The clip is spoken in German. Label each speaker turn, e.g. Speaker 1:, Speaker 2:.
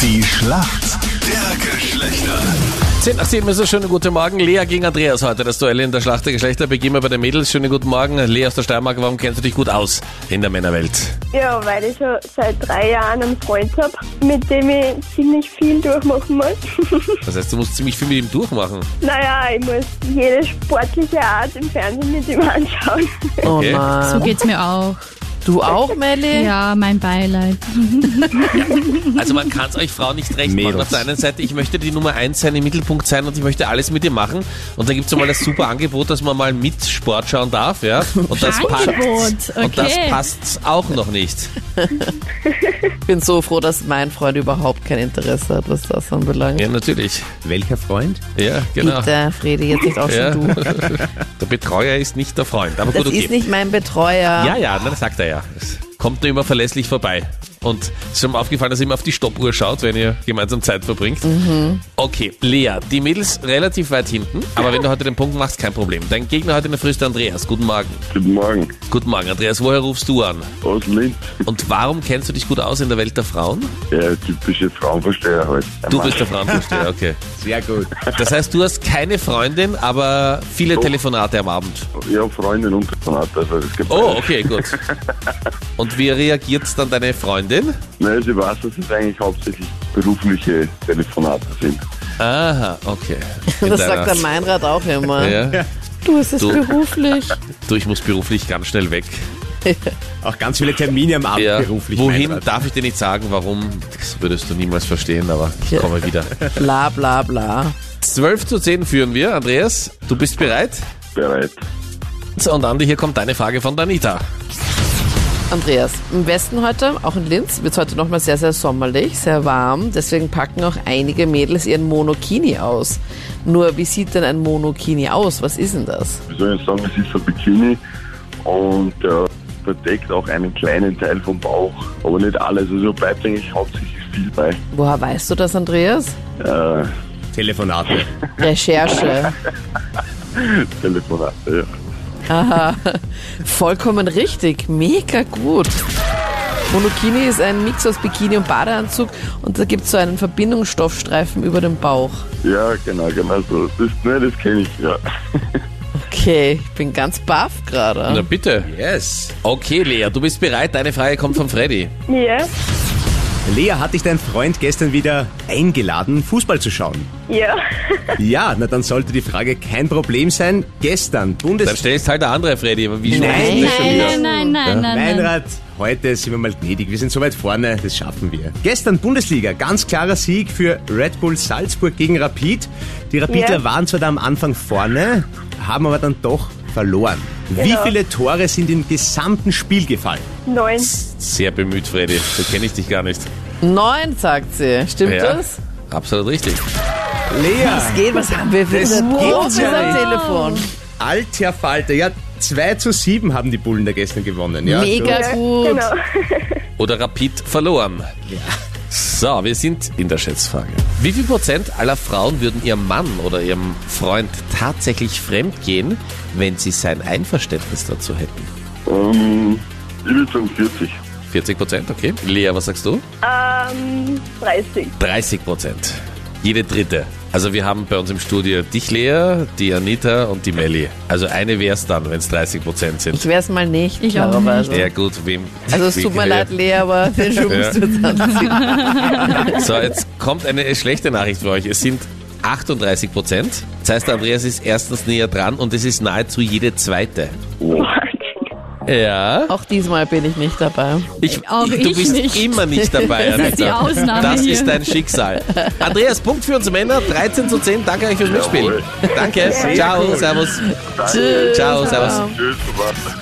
Speaker 1: Die Schlacht der Geschlechter.
Speaker 2: 10 nach 7 ist es. Schönen guten Morgen. Lea gegen Andreas heute. Das Duell in der Schlacht der Geschlechter. Beginnen wir bei den Mädels. Schönen guten Morgen. Lea aus der Steiermark, warum kennst du dich gut aus in der Männerwelt?
Speaker 3: Ja, weil ich schon seit drei Jahren einen Freund habe, mit dem ich ziemlich viel durchmachen muss.
Speaker 2: Das heißt, du musst ziemlich viel mit ihm durchmachen.
Speaker 3: naja, ich muss jede sportliche Art im Fernsehen mit ihm anschauen.
Speaker 4: Oh
Speaker 2: Okay.
Speaker 4: Mann.
Speaker 5: So geht's mir auch.
Speaker 4: Du auch, Melli?
Speaker 5: Ja, mein Beileid.
Speaker 2: Also man kann es euch Frauen nicht recht machen.
Speaker 6: Mädels.
Speaker 2: Auf der einen Seite, ich möchte die Nummer 1 sein, im Mittelpunkt sein und ich möchte alles mit dir machen. Und da gibt es mal das super Angebot, dass man mal mit Sport schauen darf. ja. Und das
Speaker 5: Angebot,
Speaker 2: passt. Und das
Speaker 5: okay.
Speaker 2: passt auch noch nicht.
Speaker 4: Ich bin so froh, dass mein Freund überhaupt kein Interesse hat, was das anbelangt.
Speaker 2: Ja, natürlich.
Speaker 6: Welcher Freund?
Speaker 2: Ja, genau.
Speaker 4: Bitte, Fredi, jetzt nicht auch schon
Speaker 2: Ja.
Speaker 4: du.
Speaker 2: Der Betreuer ist nicht der Freund. Aber
Speaker 4: Das
Speaker 2: gut, okay.
Speaker 4: ist nicht mein Betreuer.
Speaker 2: Ja, ja, dann sagt er ja. Es Kommt nur immer verlässlich vorbei. Und es ist schon mal aufgefallen, dass ihr immer auf die Stoppuhr schaut, wenn ihr gemeinsam Zeit verbringt.
Speaker 4: Mhm.
Speaker 2: Okay, Lea, die Mädels relativ weit hinten, aber wenn du heute den Punkt machst, kein Problem. Dein Gegner heute in der Früh ist der Andreas. Guten Morgen.
Speaker 7: Guten Morgen,
Speaker 2: Guten Morgen, Andreas. Woher rufst du an?
Speaker 7: aus Linz.
Speaker 2: Und warum kennst du dich gut aus in der Welt der Frauen?
Speaker 7: Der typische Frauenversteher halt. Ein
Speaker 2: Du
Speaker 7: Mann.
Speaker 2: bist der Frauenversteher, okay.
Speaker 6: Sehr gut.
Speaker 2: Das heißt, du hast keine Freundin, aber
Speaker 4: Oh.
Speaker 2: viele Telefonate am Abend.
Speaker 7: Ja, Freundin und Personat, also das gibt
Speaker 2: Oh, okay, gut. Und wie reagiert dann deine Freundin?
Speaker 7: Nein, sie weiß, dass es eigentlich hauptsächlich berufliche Telefonate sind.
Speaker 2: Aha, okay. In
Speaker 4: Das
Speaker 2: deiner-
Speaker 4: sagt der Meinrad auch immer.
Speaker 2: Ja.
Speaker 4: Du, es ist
Speaker 2: Du.
Speaker 4: beruflich.
Speaker 2: Du, ich muss beruflich ganz schnell weg.
Speaker 6: Auch ganz viele Termine am Abend beruflich.
Speaker 2: Wohin
Speaker 6: Meinrad.
Speaker 2: darf ich dir nicht sagen, warum? Das würdest du niemals verstehen, aber ich
Speaker 4: Ja.
Speaker 2: komme wieder.
Speaker 4: Bla, bla, bla.
Speaker 2: 12 zu 10 führen wir, Andreas. Du bist bereit?
Speaker 7: Bereit.
Speaker 2: So, Und Andi, hier kommt deine Frage von Danita.
Speaker 4: Andreas, im Westen heute, auch in Linz, wird es heute nochmal sehr, sehr sommerlich, sehr warm. Deswegen packen auch einige Mädels ihren Monokini aus. Nur, wie sieht denn ein Monokini aus? Was ist denn das?
Speaker 7: Wie soll ich sagen, es ist ein Bikini und der verdeckt auch einen kleinen Teil vom Bauch, aber nicht alles. Also bleibt eigentlich hauptsächlich viel bei.
Speaker 4: Woher weißt du das, Andreas?
Speaker 7: Äh,
Speaker 6: Telefonate.
Speaker 4: Recherche.
Speaker 7: Telefonate, ja.
Speaker 4: Aha. Vollkommen richtig. Mega gut. Monokini ist ein Mix aus Bikini und Badeanzug und da gibt es so einen Verbindungsstoffstreifen über dem Bauch.
Speaker 7: Ja, genau, genau so. Das, ne, das kenne ich, ja.
Speaker 4: Okay, ich bin ganz baff
Speaker 2: Na
Speaker 4: gerade.
Speaker 2: bitte.
Speaker 6: Yes.
Speaker 2: Okay, Lea, du bist bereit. Deine Frage kommt von Freddy.
Speaker 3: Ja,
Speaker 6: Lea, hat dich dein Freund gestern wieder eingeladen, Fußball zu schauen?
Speaker 3: ja.
Speaker 6: Ja, na dann sollte die Frage kein Problem sein. Gestern
Speaker 2: Dann
Speaker 6: Bundes...
Speaker 2: stellst halt der andere, Freddy. aber Wie
Speaker 6: Nein,
Speaker 2: schlecht ist das schon wieder?
Speaker 5: Nein, nein, nein, nein, nein.
Speaker 6: Meinrad, heute sind wir mal gnädig. Wir sind so weit vorne, das schaffen wir. Gestern Bundesliga, ganz klarer Sieg für Red Bull Salzburg gegen Rapid. Die Rapidler
Speaker 3: Ja.
Speaker 6: waren zwar da am Anfang vorne, haben aber dann doch verloren. Wie
Speaker 3: Genau.
Speaker 6: viele Tore sind im gesamten Spiel gefallen?
Speaker 3: Neun.
Speaker 2: Sehr bemüht, Freddy. So kenne ich dich gar nicht.
Speaker 4: Neun, sagt sie. Stimmt
Speaker 2: Ja,
Speaker 4: das?
Speaker 2: Absolut richtig.
Speaker 6: Lea,
Speaker 4: Geht, was haben wir für
Speaker 6: Das
Speaker 4: einen
Speaker 6: gibt's
Speaker 4: Profis
Speaker 6: ja
Speaker 4: am
Speaker 6: nicht.
Speaker 4: Telefon?
Speaker 6: alter Falter, ja, 2 zu 7 haben die Bullen da gestern gewonnen. Ja,
Speaker 4: Mega
Speaker 3: Ja,
Speaker 4: gut.
Speaker 3: Genau.
Speaker 2: oder Rapid verloren. So, wir sind in der Schätzfrage. Wie viel Prozent aller Frauen würden ihrem Mann oder ihrem Freund tatsächlich fremdgehen, wenn sie sein Einverständnis dazu hätten?
Speaker 7: Ähm, ich würde sagen 40.
Speaker 2: 40 Prozent, okay. Lea, was sagst du?
Speaker 3: Ähm, 30.
Speaker 2: 30 Prozent. Jede dritte. Also wir haben bei uns im Studio dich, Lea, die Anita und die Melli. Also eine wär's dann, wenn es 30 Prozent sind.
Speaker 4: Ich wär's mal nicht,
Speaker 5: Ich auch nicht.
Speaker 4: klarerweise.
Speaker 2: Ja gut, wem?
Speaker 4: Also es tut mir
Speaker 2: wem-
Speaker 4: leid, Lea, aber den Schuh musst du jetzt anziehen.
Speaker 2: So, jetzt kommt eine schlechte Nachricht für euch. Es sind 38 Prozent. Das heißt, der Andreas ist erstens näher dran und es ist nahezu jede zweite.
Speaker 4: Oh.
Speaker 2: Ja.
Speaker 4: Auch diesmal bin ich nicht dabei.
Speaker 2: Ich,
Speaker 5: Auch
Speaker 2: du
Speaker 5: ich
Speaker 2: bist
Speaker 5: nicht.
Speaker 2: immer nicht dabei,
Speaker 5: Das ist die
Speaker 2: Anita.
Speaker 5: Ausnahme
Speaker 2: Das
Speaker 5: hier.
Speaker 2: ist dein Schicksal. Andreas, Punkt für uns Männer. 13 zu 10. Danke euch fürs Mitspielen.
Speaker 7: Jawohl.
Speaker 2: Danke. Ciao. Servus.
Speaker 7: Danke.
Speaker 2: Ciao. Servus.
Speaker 7: Tschüss, Baba.